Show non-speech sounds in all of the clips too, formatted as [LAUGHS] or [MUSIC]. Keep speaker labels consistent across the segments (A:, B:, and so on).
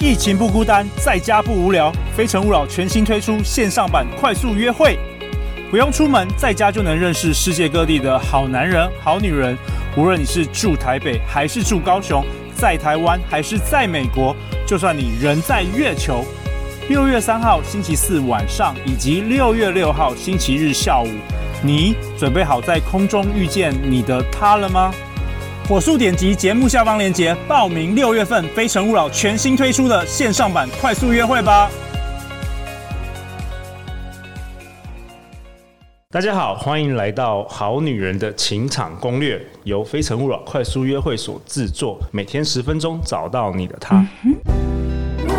A: 疫情不孤单，在家不无聊。非诚勿扰全新推出线上版快速约会，不用出门，在家就能认识世界各地的好男人、好女人。无论你是住台北还是住高雄，在台湾还是在美国，就算你人在月球。六月三号星期四晚上以及六月六号星期日下午，你准备好在空中遇见你的他了吗？火速点击节目下方链接报名六月份《非诚勿扰》全新推出的线上版快速约会吧！
B: 大家好，欢迎来到《好女人的情场攻略》，由《非诚勿扰》快速约会所制作，每天十分钟，找到你的他。
C: Love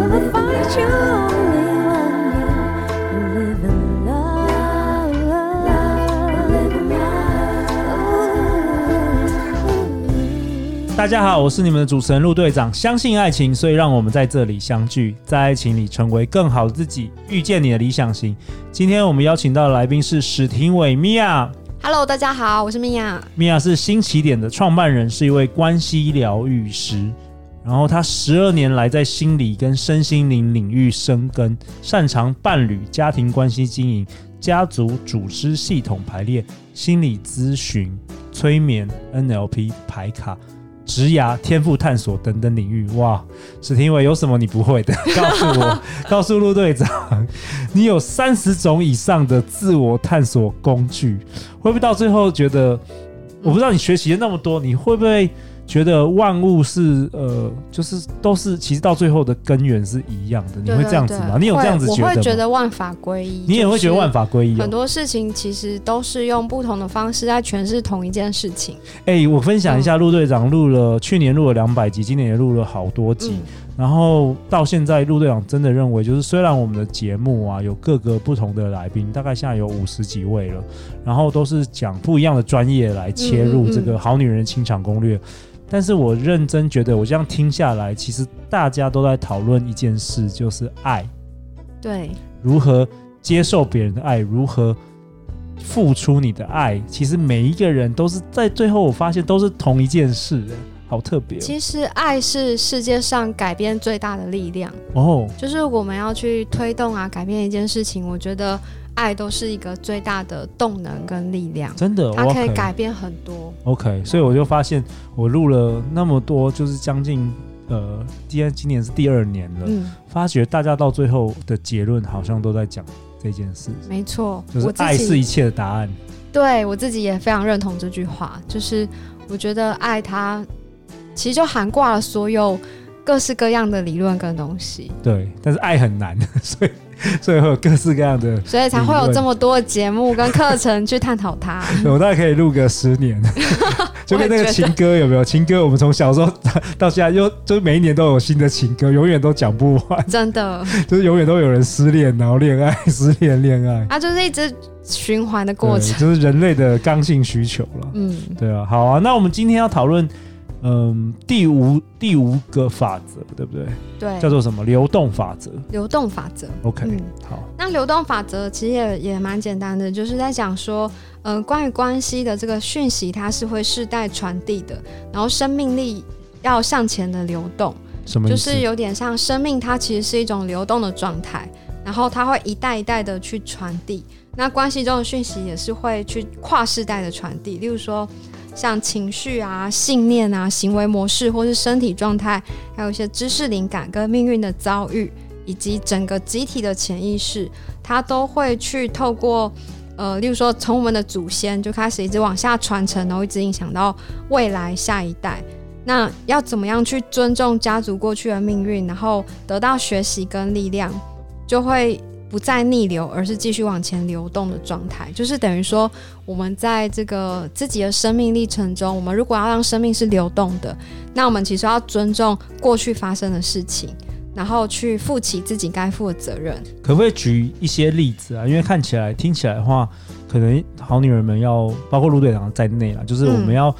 C: will find you only one you live in love, live in love.
A: 大家好，我是你们的主持人陆队长。相信爱情，所以让我们在这里相聚，在爱情里成为更好的自己，遇见你的理想型。今天我们邀请到的来宾是史廷伟米娅，
D: Hello，大家好，我是米娅。
A: 米娅是新起点的创办人，是一位关系疗愈师。然后她十二年来在心理跟身心灵领域深耕，擅长伴侣、家庭关系经营、家族组织系统排列、心理咨询、催眠、NLP 排卡、职涯、天赋探索等等领域。哇，史廷伟有什么你不会的？ [LAUGHS] 告诉
D: [LAUGHS]
A: 我，告诉陆队长，你有三十种以上的自我探索工具，会不会到最后觉得？我不知道你学习了那么多，你会不会觉得万物是呃，就是都是其实到最后的根源是一样的？你会这样子吗？
D: 对对对
A: 你有这样子
D: 会
A: 觉
D: 我会觉
A: 得吗？
D: 得万法归一，
A: 你也会觉得万
D: 法。
A: 法归一、哦？
D: 很多事情其实都是用不同的方式在诠释同一件事情。
A: 哎、我分享一
D: 嗯
A: 下，陆队长录了去年录了两百集，今年也录了好多集。
D: 嗯
A: 然后到现在，陆队长真的认为，就是虽然我们的节目啊有各个不同的来宾，大概现在有五十几位了，然后都是讲不一样的专业来切入
D: 嗯嗯嗯
A: 这个《好女人情场攻略》但是我认真觉得，我这样听下来，其实大家都在讨论一件事，就是爱
D: 对，
A: 如何接受别人的爱，如何付出你的爱。其实每一个人都是在最后，我发现都是同一件事，好特别哦
D: 其实爱是世界上改变最大的力量，
A: 哦。哦
D: 就是我们要去推动啊，改变一件事情。我觉得爱都是一个最大的动能跟力量，
A: 真的，
D: 它
A: 哦我
D: 可以
A: 很
D: 改变很多。
A: OK，所以我就发现我录了那么多，就是将近呃，今天今年是第二年了，
D: 嗯，
A: 发觉大家到最后的结论好像都在讲这件事，
D: 没错，
A: 就是
D: 我自
A: 爱
D: 己
A: 是一切的答案。
D: 对我自己也非常认同这句话，就是我觉得爱它其实就涵盖了所有各式各样的理论跟东西，
A: 对，但是爱很难， [LAUGHS] 所以所以会有各式各样的。
D: 所以才会有这么多的节目跟课程去探讨它。
A: [LAUGHS] 我大概可以录个十
D: [LAUGHS]
A: 年，就跟那个情歌有没有？情歌我们从小时候到到现在又，就是每一年都有新的情歌，永远都讲不完， [LAUGHS]
D: 真的，
A: 就是永远都有人失恋，然后恋爱，失恋，恋爱，
D: 它就是一直循环的过
A: 对
D: 程。
A: 就是人类的刚性需求了。
D: 嗯，
A: 对啊，好啊，那我们今天要讨论，嗯，第五第五个法则，对不对？
D: 对啊
A: 叫，做什么？流动法则。
D: 流动法则。
A: OK，、
D: 嗯
A: 好，
D: 那流动法则其实也也蛮简单的，就是在讲说，嗯、关于关系的这个讯息，它是会世代传递的，然后生命力要向前的流动。
A: 什么意
D: 就
A: 思？
D: 是有点像生命，它其实是一种流动的状态，然后它会一代一代的去传递。那关系中的讯息也是会去跨世代的传递，例如说像情绪啊、信念啊、行为模式，或是身体状态，还有一些知识、灵感跟命运的遭遇，以及整个集体的潜意识，它都会去透过。呃，例如说，从我们的祖先就开始一直往下传承，然后一直影响到未来下一代。那要怎么样去尊重家族过去的命运，然后得到学习跟力量，就会不再逆流，而是继续往前流动的状态。就是等于说，我们在这个自己的生命历程中，我们如果要让生命是流动的，那我们其实要尊重过去发生的事情，然后去负起自己该负的责任。
A: 可不可以举一些例子啊？因为看起来、啊听起来的话，可能好女人们要包括陆队长在内啦，就是我们
D: 嗯
A: 要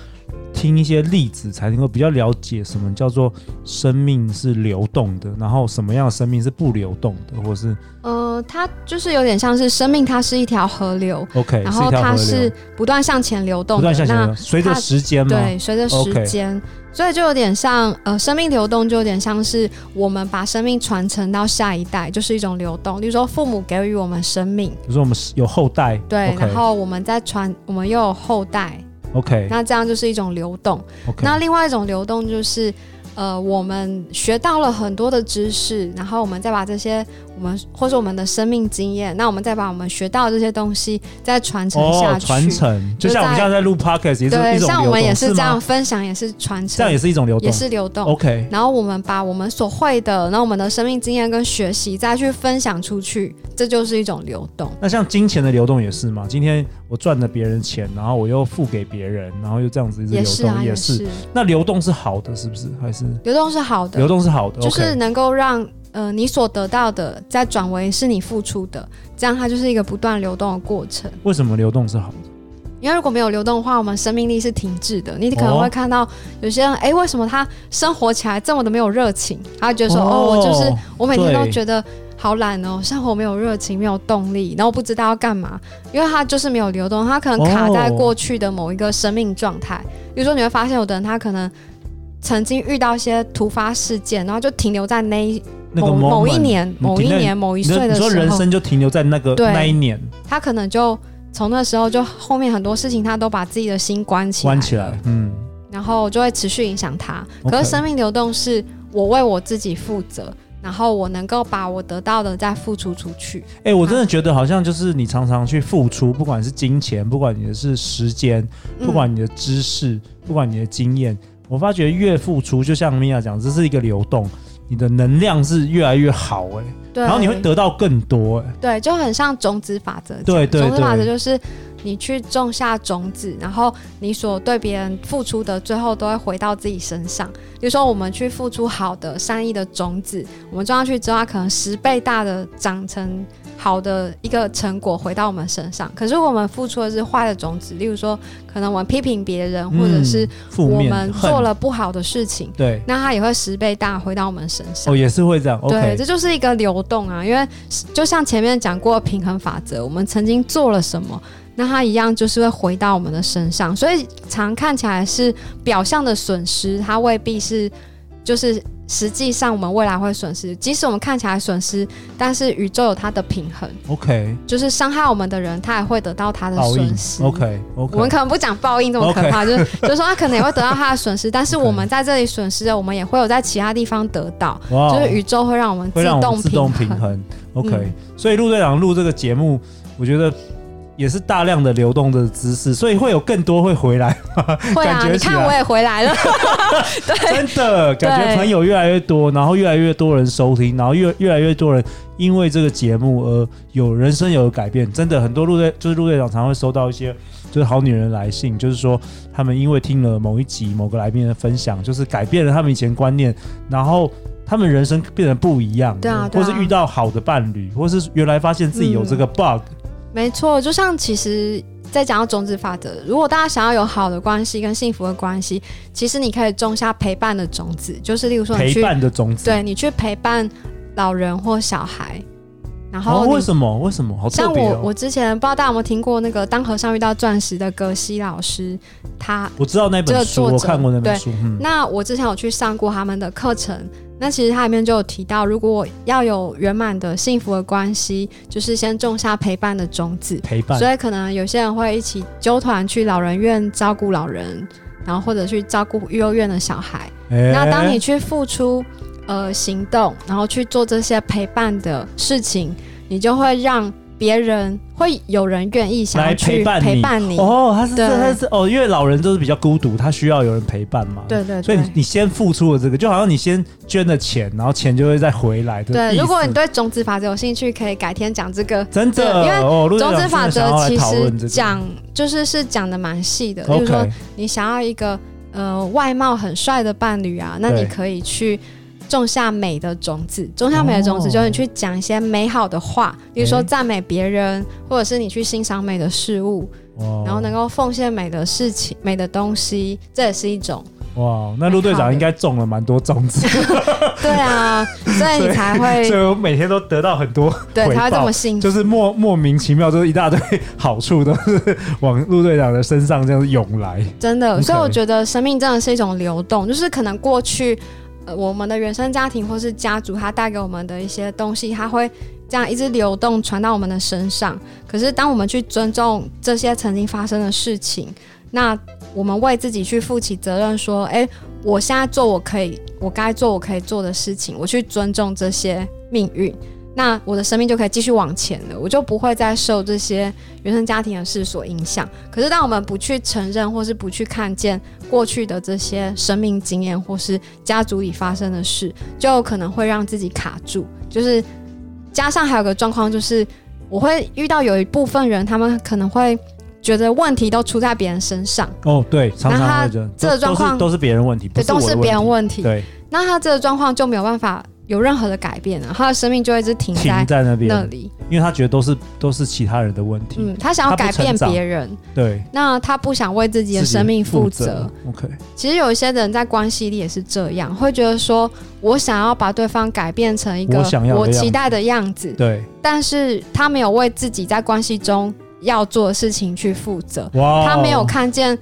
A: 听一些例子，才能够比较了解什么叫做生命是流动的，然后什么样的生命是不流动的，或是
D: 呃，它就是有点像是生命，它是一条河流，
A: OK，
D: 然
A: 是一
D: 后
A: 条
D: 它
A: 河流
D: 是不断向前流动
A: 不
D: 的。
A: 断向前
D: 那
A: 流，随着
D: 它
A: 时间嘛，
D: 对，随着时
A: OK
D: 间，所以就有点像呃，生命流动就有点像是我们把生命传承到下一代，就是一种流动。例如说，父母给予我们生命，
A: 比如说我们是有后代，
D: 对
A: o k
D: 然后我们再传，我们又有后代，
A: OK
D: 那这样就是一种流动。
A: 嗯 OK，
D: 那另外一种流动就是，呃，我们学到了很多的知识，然后我们再把这些我们或是我们的生命经验，那我们再把我们学到的这些东西再传承
A: 哦
D: 下去。
A: 传承，就
D: 就
A: 像我们
D: 在
A: 现在在录 podcast 也是
D: 对，
A: 一种流动，
D: 像我们也是
A: 是
D: 这样
A: 吗，
D: 分享，也是传承，
A: 这样也是一种流动
D: 也是流动。
A: ，OK
D: 然后我们把我们所会的，然后我们的生命经验跟学习再去分享出去，这就是一种流动。
A: 那像金钱的流动也是嘛？今天我赚了别人钱，然后我又付给别人，然后又这样子一直
D: 也
A: 流
D: 是啊，
A: 动，
D: 也
A: 是。那流动是好的，是不是？还是
D: 流动是好的，
A: 流动是好的？
D: 就是
A: OK
D: 能够让呃你所得到的再转为是你付出的，这样它就是一个不断流动的过程。
A: 为什么流动是好的？
D: 因为如果没有流动的话，我们生命力是停滞的。你可能
A: 哦
D: 会看到有些人，哎、为什么他生活起来这么的没有热情？他会觉得说，哦，我就是我每天都
A: 对
D: 觉得好懒哦，生活没有热情，没有动力，然后不知道要干嘛，因为他就是没有流动，他可能卡在
A: 哦
D: 过去的某一个生命状态。比如说，你会发现有的人他可能曾经遇到一些突发事件，然后就停留在那一
A: 那个
D: 某某一
A: moment，
D: 年、
A: 你
D: 某一
A: 停在
D: 年、某一
A: 你的
D: 岁的
A: 你说
D: 时
A: 人
D: 候，
A: 生就停留在那个
D: 对
A: 那一年，
D: 他可能就从那时候就后面很多事情，他都把自己的心关起来，
A: 关起来，嗯，
D: 然后就会持续影响他。可
A: OK
D: 是生命流动是我为我自己负责，然后我能够把我得到的再付出出去。
A: 哎、我真的觉得好像就是你常常去付出，不管是金钱，不管你的是时间，
D: 嗯
A: 不管你的知识，不管你的经验，我发觉越付出，就像米娅讲，这是一个流动，你的能量是越来越好哎、
D: 对，
A: 然后你会得到更多哎、
D: 对，就很像种子法则讲。
A: 对对
D: 种子法则
A: 对
D: 就是你去种下种子，然后你所对别人付出的，最后都会回到自己身上。比如说，我们去付出好的、善意的种子，我们种下去之后，它可能十倍大的长成好的一个成果回到我们身上。可是我们付出的是坏的种子，例如说，可能我们批评别人，或者是
A: 嗯负
D: 我
A: 面
D: 们
A: 恨
D: 做了不好的事情，
A: 对
D: 那它也会十倍大回到我们身上
A: 哦，。也是会这样
D: 对，
A: OK
D: 这就是一个流动啊，因为是就像前面讲过的平衡法则，我们曾经做了什么，那它一样就是会回到我们的身上，所以常看起来是表象的损失，它未必是就是实际上我们未来会损失，即使我们看起来损失，但是宇宙有它的平衡，
A: OK
D: 就是伤害我们的人，他也会得到他的
A: 报应
D: 损失。
A: OK
D: 我们
A: OK
D: 可能不讲报应这么可怕就是就是说他可能也会得到他的损失，但是
A: OK
D: 我们在这里损失的，我们也会有在其他地方得到。
A: 哇
D: 就是宇宙会让我们
A: 哦会
D: 自
A: 让我们
D: 动
A: 自动平
D: 衡。
A: 衡 OK，、
D: 嗯
A: 所以陆队长录这个节目，我觉得。也是大量的流动的知识，所以会有更多会回来，
D: [LAUGHS] 会
A: 感
D: 啊，
A: 觉
D: 你
A: 起来
D: 看我也回
A: [LAUGHS]
D: 来了， [LAUGHS]
A: 真的感觉
D: 对
A: 朋友越来越多，然后越来越多人收听，然后越越来越多人因为这个节目而有人生有改变。真的很多陆队就是陆队长常会收到一些就是好女人来信，就是说他们因为听了某一集某个来宾的分享，就是改变了他们以前观念，然后。他们人生变得不一样了，
D: 对啊对
A: 或
D: 啊嗯
A: 是遇到好的伴侣，或是原来发现自己有这个 bug，、
D: 没错。就像其实，在讲到种子法则，如果大家想要有好的关系跟幸福的关系，其实你可以种下陪伴的种子，就是例如说你
A: 陪
D: 嗯去
A: 伴的种子。
D: 对你去陪伴老人或小孩，然
A: 哦，
D: 后你、
A: 为什么？为什么？好特
D: 像
A: 别
D: 我，
A: 哦！
D: 我之前不知道大家有没有听过那个《当和尚遇到钻石》的格西老师，他
A: 我知道那
D: 这
A: 本
D: 个
A: 书，
D: 作者
A: 我看过那本
D: 对
A: 书。嗯，
D: 那我之前有去上过他们的课程，那其实它里面就有提到，如果我要有圆满的幸福的关系，就是先种下陪伴的种子。
A: 陪伴
D: 所以可能有些人会一起纠团去老人院照顾老人，然后或者去照顾幼儿园的小孩。那当你
A: 哎
D: 去付出呃行动，然后去做这些陪伴的事情，你就会让别人会有人愿意想要
A: 来陪
D: 去
A: 伴
D: 陪
A: 你
D: 伴你。
A: 哦，他是
D: 对
A: 这他是哦，因为老人都是比较孤独，他需要有人陪伴嘛。
D: 对对对。
A: 所以你你先付出了这个，就好像你先捐了钱，然后钱就会再回来的意
D: 对，
A: 思。
D: 如果你对种子法则有兴趣，可以改天讲这个。
A: 真的
D: 对因为
A: 哦，陆队
D: 种
A: 长
D: 子法
A: 真的想
D: 则
A: 要来
D: 其
A: 讨
D: 实
A: 论这个
D: 讲就是是讲的蛮细的，例如说
A: OK
D: 你想要一个呃外貌很帅的伴侣啊，那
A: 对
D: 你可以去种下美的种子。种下美的种子
A: 哦
D: 就是你去讲一些美好的话，比如说赞美别人，或者是你去欣赏美的事物，
A: 哇
D: 然后能够奉献美的事情、美的东西，这也是一种。
A: 哇，那陆队长应该种了蛮多种子，[LAUGHS]
D: 对啊，所以你才
A: 所以
D: 会
A: 我每天都得到很多
D: 对
A: 回
D: 才会这
A: 报
D: 么幸福
A: 就。是莫莫名其妙，就是一大堆 [LAUGHS] 好处都是往陆队长的身上这样子涌来。
D: 真的，
A: OK
D: 所以我觉得生命真的是一种流动，就是可能过去呃我们的原生家庭或是家族，它带给我们的一些东西，它会这样一直流动传到我们的身上。可是当我们去尊重这些曾经发生的事情，那我们为自己去负起责任，说，诶，我现在做我可以，我该做我可以做的事情，我去尊重这些命运。那我的生命就可以继续往前了，我就不会再受这些原生家庭的事所影响。可是，当我们不去承认，或是不去看见过去的这些生命经验，或是家族里发生的事，就有可能会让自己卡住。就是加上还有个状况，就是我会遇到有一部分人，他们可能会觉得问题都出在别人身上，
A: 哦，对，常
D: 那
A: 常
D: 他
A: 会这样，都
D: 这个状
A: 都是
D: 况
A: 都是别人问题，不
D: 对，
A: 是
D: 都
A: 我的
D: 是别人问题。
A: 对，
D: 那他这个状况就没有办法有任何的改变了，他的生命就会一直停
A: 停
D: 在
A: 在那
D: 那
A: 边，
D: 里。
A: 因为他觉得都是都是其他人的问题。
D: 嗯，他想要
A: 他不
D: 改
A: 成
D: 变
A: 长
D: 别人，
A: 对，
D: 那他不想为自己的
A: 自己
D: 生命
A: 负
D: 负责。。
A: OK，
D: 其实有一些人在关系里也是这样，会觉得说我想要把对方改变成一个
A: 我想要的样子
D: 期待的样子，
A: 对，
D: 但是他没有为自己在关系中要做的事情去负责，
A: 哇哦，
D: 他没有看见，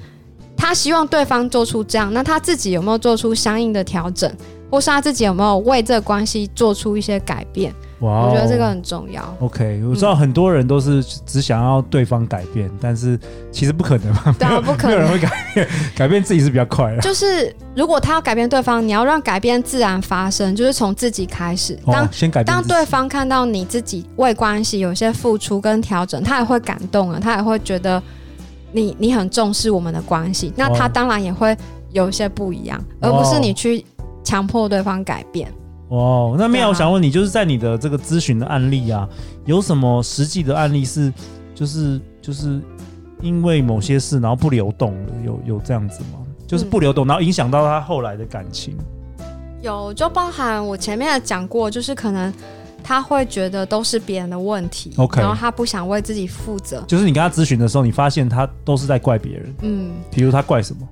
D: 他希望对方做出这样，那他自己有没有做出相应的调整，或是他自己有没有为这个关系做出一些改变？
A: 哇哦，
D: 我觉得这个嗯很重要。
A: OK，我知道很多人都是只想要对方改变，但是其实不可能嘛，
D: 对啊，不可
A: 没有人
D: 能。
A: 会改变， [LAUGHS] 改变自己是比较快啊的。
D: 就是如果他要改变对方，你要让改变自然发生，就是从自己开始。当
A: 哦、先改变
D: 当
A: 自己
D: 对方看到你自己为关系有一些付出跟调整，他也会感动啊，他也会觉得你你很重视我们的关系，那他
A: 哦
D: 当然也会有一些不一样，而不是你去强迫对方改变。
A: 哦，那
D: 对
A: 妙，
D: 啊
A: 我想问你，就是在你的这个咨询的案例啊，有什么实际的案例是，就是就是因为某些事然后不流动了，有有这样子吗？就是
D: 嗯
A: 不流动，然后影响到他后来的感情。
D: 有就包含我前面也讲过，就是可能他会觉得都是别人的问题
A: OK
D: 然后他不想为自己负责。
A: 就是你跟他咨询的时候，你发现他都是在怪别人，
D: 嗯，
A: 比如他怪什么？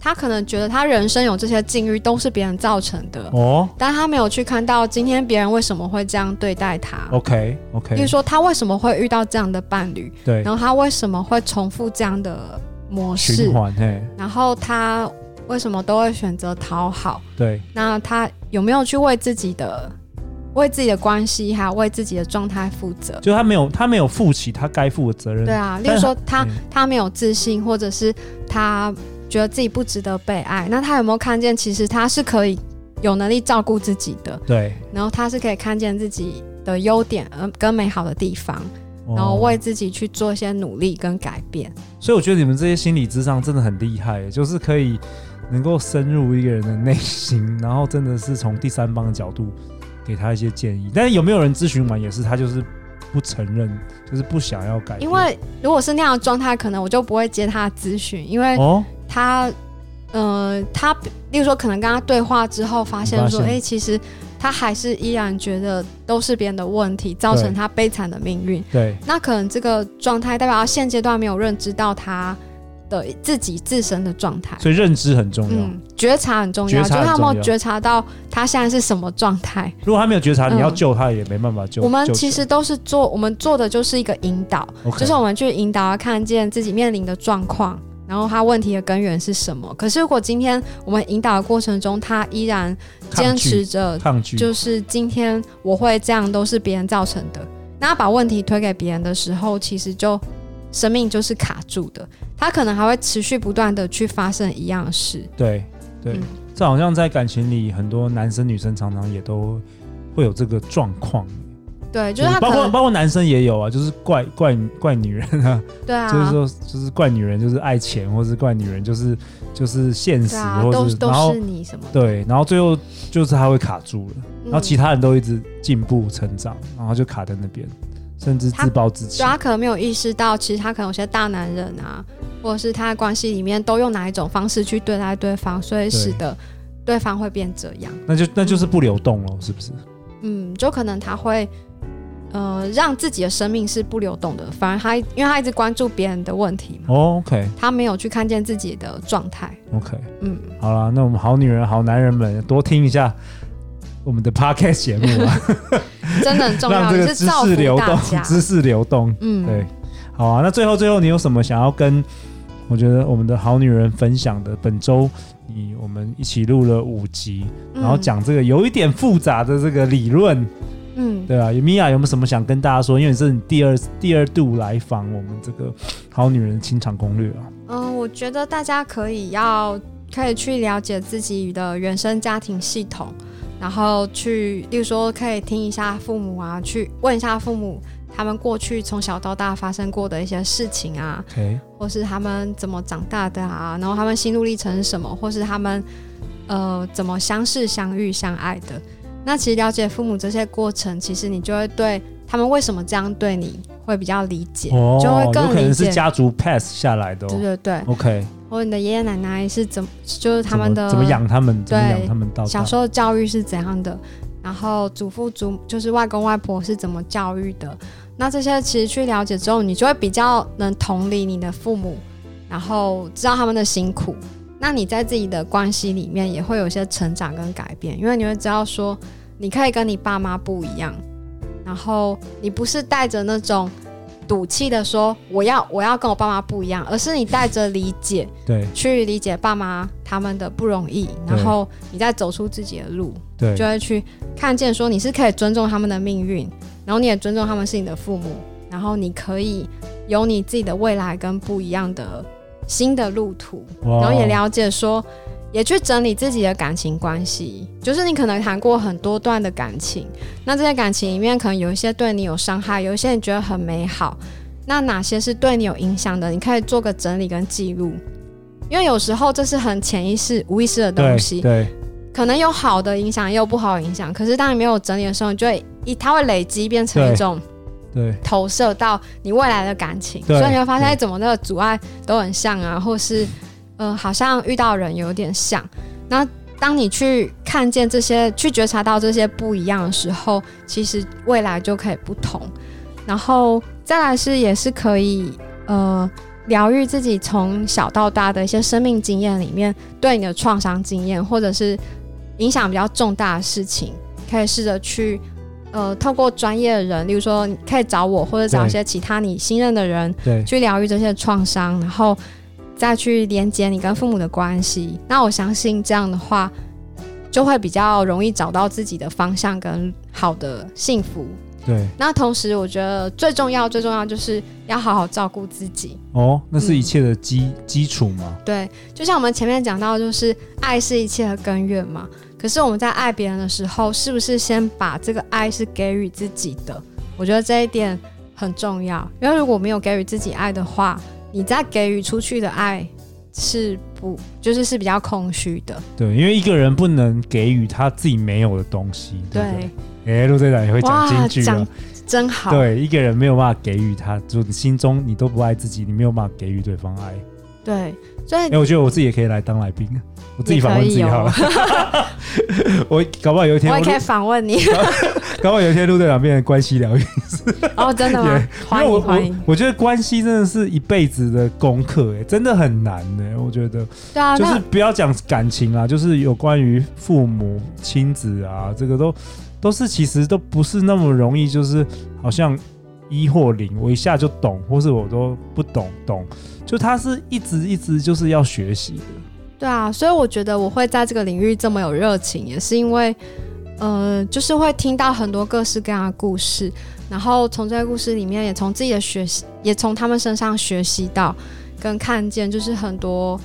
D: 他可能觉得他人生有这些境遇都是别人造成的，
A: 哦
D: 但他没有去看到今天别人为什么会这样对待他。
A: ，OK
D: 比
A: OK，
D: 如说，他为什么会遇到这样的伴侣，
A: 对
D: 然，后他为什么会重复这样的模式
A: 循，环，嘿，
D: 然后他为什么都会选择讨好？
A: 对，
D: 那他有没有去为自己的、为自己的关系，还有为自己的状态负责？
A: 就他没有他没有负起他该负的责任。
D: 对啊，例
A: 但
D: 如
A: 是
D: 说他
A: 嗯
D: 他没有自信，或者是他觉得自己不值得被爱，那他有没有看见其实他是可以有能力照顾自己的，
A: 对，
D: 然后他是可以看见自己的优点，呃，跟美好的地方，然后
A: 哦
D: 为自己去做一些努力跟改变。
A: 所以我觉得你们这些心理智商真的很厉害，就是可以能够深入一个人的内心，然后真的是从第三方的角度给他一些建议。但是有没有人咨询完也是他就是不承认，就是不想要改变？
D: 因为如果是那样的状态，可能我就不会接他的咨询，因为
A: 哦，
D: 他，呃，他，例如说，可能跟他对话之后，发现说，
A: 发
D: 哎、
A: 现
D: 其实他还是依然觉得都是别人的问题，造成他悲惨的命运。
A: 对，
D: 那可能这个状态代表他现阶段没有认知到他的自己自身的状态。
A: 所以认知很重要。
D: 嗯，觉察很重要，
A: 觉
D: 就是
A: 察很
D: 他有
A: 重
D: 没
A: 要
D: 有觉察到他现在是什么状态？
A: 如果他没有觉察，
D: 嗯
A: 你要救他也没办法救。
D: 我们
A: 救
D: 其实都是做，我们做的就是一个引导，
A: OK
D: 就是我们去引导他看见自己面临的状况，然后他问题的根源是什么。可是如果今天我们引导的过程中，他依然坚持着，
A: 抗拒，
D: 就是今天我会这样都是别人造成的，那他把问题推给别人的时候，其实就生命就是卡住的，他可能还会持续不断的去发生一样的事。
A: 对对、
D: 嗯
A: 这好像在感情里，很多男生女生常常也都会有这个状况。
D: 对，就是他
A: 包
D: 可
A: 括嗯
D: 能
A: 包括男生也有啊，就是怪怪怪女人啊，
D: 对啊，
A: 就是说，就是怪女人就是爱钱，或是怪女人就是就是现实，
D: 对啊，
A: 或
D: 都
A: 是然
D: 都
A: 后
D: 是你什么的？
A: 对，然后最后就是他会卡住了，然
D: 嗯
A: 后其他人都一直进步成长，然后就卡在那边，甚至自暴自弃
D: 对。他啊可能没有意识到，其实他可能有些大男人啊，或者是他的关系里面都用哪一种方式去对待对方，所以使得对方会变这样。
A: 那就那就是不流动了，是不是？
D: 嗯，就可能他会呃，让自己的生命是不流动的，反而他因为他一直关注别人的问题嘛，
A: ？OK
D: 他没有去看见自己的状态。
A: OK，
D: 嗯，
A: 好啦，那我们好女人、好男人们多听一下我们的 Podcast 节目啊，
D: 真的很 [LAUGHS] 重
A: 让
D: 要，
A: 这
D: 也
A: 个
D: 是
A: 知
D: 造
A: 识流
D: 福
A: 动
D: 大家，。
A: 知识流动。
D: 嗯，
A: 对，好啊。那最后最后，你有什么想要跟我觉得我们的好女人分享的？本周你我们一起录了五集，
D: 嗯
A: 然后，讲这个有一点复杂的这个理论，
D: 嗯，
A: 对啊，米娅有没有什么想跟大家说？因为这是你第二第二度来访我们这个好女人情场攻略啊。
D: 嗯，我觉得大家可以要可以去了解自己的原生家庭系统，然后去，例如说可以听一下父母啊，去问一下父母他们过去从小到大发生过的一些事情啊，
A: OK，
D: 或是他们怎么长大的啊，然后他们心路历程是什么，或是他们呃怎么相识、相遇、相爱的。那其实了解父母这些过程，其实你就会对他们为什么这样对你会比较理解，
A: 哦，
D: 就会
A: 有
D: 更
A: 可
D: 理
A: 能是
D: 解。
A: 家族 pass 下来的、
D: 对
A: 哦。
D: 对对，
A: OK，
D: 或者你的爷爷奶奶是怎么，就是他们的
A: 怎么怎么养他们，怎么
D: 对
A: 养他们到大
D: 小时候教育是怎样的，然后祖父祖就是外公外婆是怎么教育的，那这些其实去了解之后，你就会比较能同理你的父母，然后知道他们的辛苦。那你在自己的关系里面也会有一些成长跟改变，因为你会知道说，你可以跟你爸妈不一样，然后你不是带着那种赌气的说我要我要跟我爸妈不一样，而是你带着理解，
A: 对
D: 去理解爸妈他们的不容易，
A: 对
D: 然后你再走出自己的路，
A: 对
D: 就会去看见说你是可以尊重他们的命运，然后你也尊重他们是你的父母，然后你可以有你自己的未来跟不一样的新的路途，
A: 哇
D: 然后也了解说。也去整理自己的感情关系，就是你可能谈过很多段的感情，那这些感情里面可能有一些对你有伤害，有一些你觉得很美好，那哪些是对你有影响的，你可以做个整理跟记录，因为有时候这是很潜意识、无意识的东
A: 对
D: 西，
A: 对
D: 可能有好的影响，也有不好的影响。可是当你没有整理的时候，你就会一它会累积变成
A: 对
D: 一种
A: 对
D: 投射到你未来的感情，
A: 对
D: 所以你会发现
A: 对
D: 哎怎么那个阻碍都很像啊，或是呃好像遇到的人有点像。那当你去看见这些，去觉察到这些不一样的时候，其实未来就可以不同。然后再来是也是可以呃疗愈自己从小到大的一些生命经验里面对你的创伤经验，或者是影响比较重大的事情，可以试着去呃透过专业的人，例如说你可以找我或者找一些其他你信任的人
A: 对
D: 去疗愈这些创伤，然后再去连接你跟父母的关系。那我相信这样的话。就会比较容易找到自己的方向跟好的幸福，
A: 对
D: 那同时，我觉得最重要、最重要就是要好好照顾自己。
A: 哦，那是一切的基、基础嘛。
D: 对，就像我们前面讲到，就是爱是一切的根源嘛。可是我们在爱别人的时候，是不是先把这个爱是给予自己的？我觉得这一点很重要，因为如果没有给予自己爱的话，你再给予出去的爱是不就是是比较空虚的。
A: 对，因为一个人不能给予他自己没有的东西，对不
D: 对，
A: 对？哎，陆队长也会讲京剧
D: 讲
A: 了。
D: 真好。
A: 对，一个人没有办法给予他，就你心中你都不爱自己，你没有办法给予对方爱。
D: 对，所以
A: 哎、我觉得我自己也可以来当来宾，我自己
D: 你可
A: 访问自
D: 以
A: 己
D: 哦
A: 好了。我搞不好有一天，
D: 我也
A: 我
D: 可以访问你
A: 搞不好有一天陆队长变成关系疗愈，
D: 哦，真的
A: [LAUGHS] 也
D: 吗？欢
A: 因为我
D: 迎欢迎
A: 我。我觉得关系真的是一辈子的功课，哎，真的很难呢、我觉得。
D: 对啊，
A: 就
D: 那
A: 是不要讲感情啊，就是有关于父母亲子啊，这个都都是其实都不是那么容易，就是好像一或零，我一下就懂，或是我都不懂懂，就他是一直一直就是要学习的，
D: 对啊，所以我觉得我会在这个领域这么有热情，也是因为，呃，就是会听到很多各式各样的故事，然后从这些故事里面，也从自己的学习，也从他们身上学习到跟看见，就是很多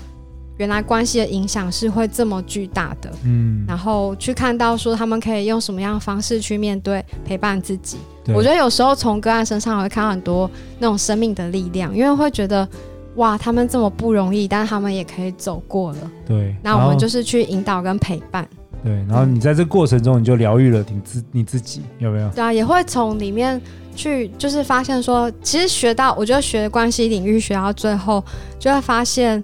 D: 原来关系的影响是会这么巨大的，
A: 嗯，
D: 然后去看到说他们可以用什么样的方式去面对陪伴自己。
A: 对
D: 我觉得有时候从个案身上我会看到很多那种生命的力量，因为会觉得哇，他们这么不容易，但他们也可以走过了。
A: 对，
D: 那我
A: 然
D: 们
A: 后
D: 就是去引导跟陪伴，
A: 对，然后你在这过程中你就疗愈了你自你自己，有没有？
D: 对啊，也会从里面去就是发现说，其实学到我觉得学关系领域学到最后，就会发现，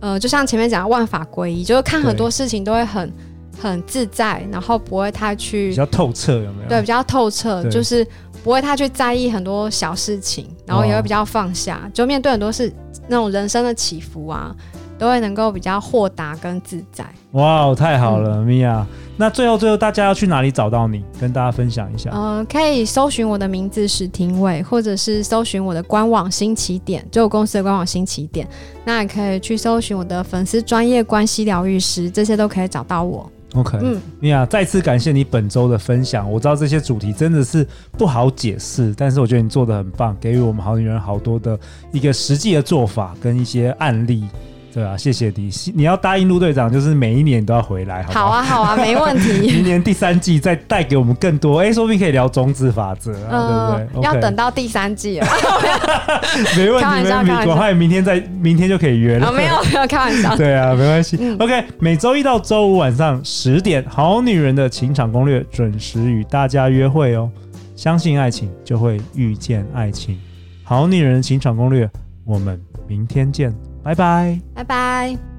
D: 呃，就像前面讲的万法归一，就是看很多事情都会很很自在，然后不会太去
A: 比较透彻，有没有？啊
D: 对比较透彻，
A: 对
D: 就是不会太去在意很多小事情，然后也
A: 哦
D: 会比较放下，就面对很多事那种人生的起伏啊，都会能够比较豁达跟自在。
A: 哇哦，太好
D: 嗯
A: 了，米娅。那最后最后，大家要去哪里找到你？跟大家分享一下。
D: 呃，可以搜寻我的名字史廷伟，或者是搜寻我的官网新起点，就我公司的官网新起点。那也可以去搜寻我的粉丝专业关系疗愈师，这些都可以找到我。
A: OK，
D: 嗯
A: 米娅，再次感谢你本周的分享。我知道这些主题真的是不好解释，但是我觉得你做的很棒，给予我们好女人好多的一个实际的做法跟一些案例，对啊，谢谢你，你要答应陆队长，就是每一年都要回来，好不
D: 好啊，好啊，没问题。
A: 明 [LAUGHS] 年第三季再带给我们更多，哎、说不定可以聊种子法则啊，对不对？
D: 嗯哦要
A: OK
D: 等到第三
A: [LAUGHS]
D: 季了
A: 没问题，
D: 开玩
A: 没
D: 笑
A: 问题
D: 开玩，笑
A: 我还明天再，明天就可以约了。
D: 啊，没有没有，开玩笑。
A: 对啊，没关系。
D: 嗯
A: OK，每周一到周五晚上十点，《好女人的情场攻略》准时与大家约会哦。相信爱情，就会遇见爱情。《好女人的情场攻略》，我们明天见，拜拜。
D: 拜拜。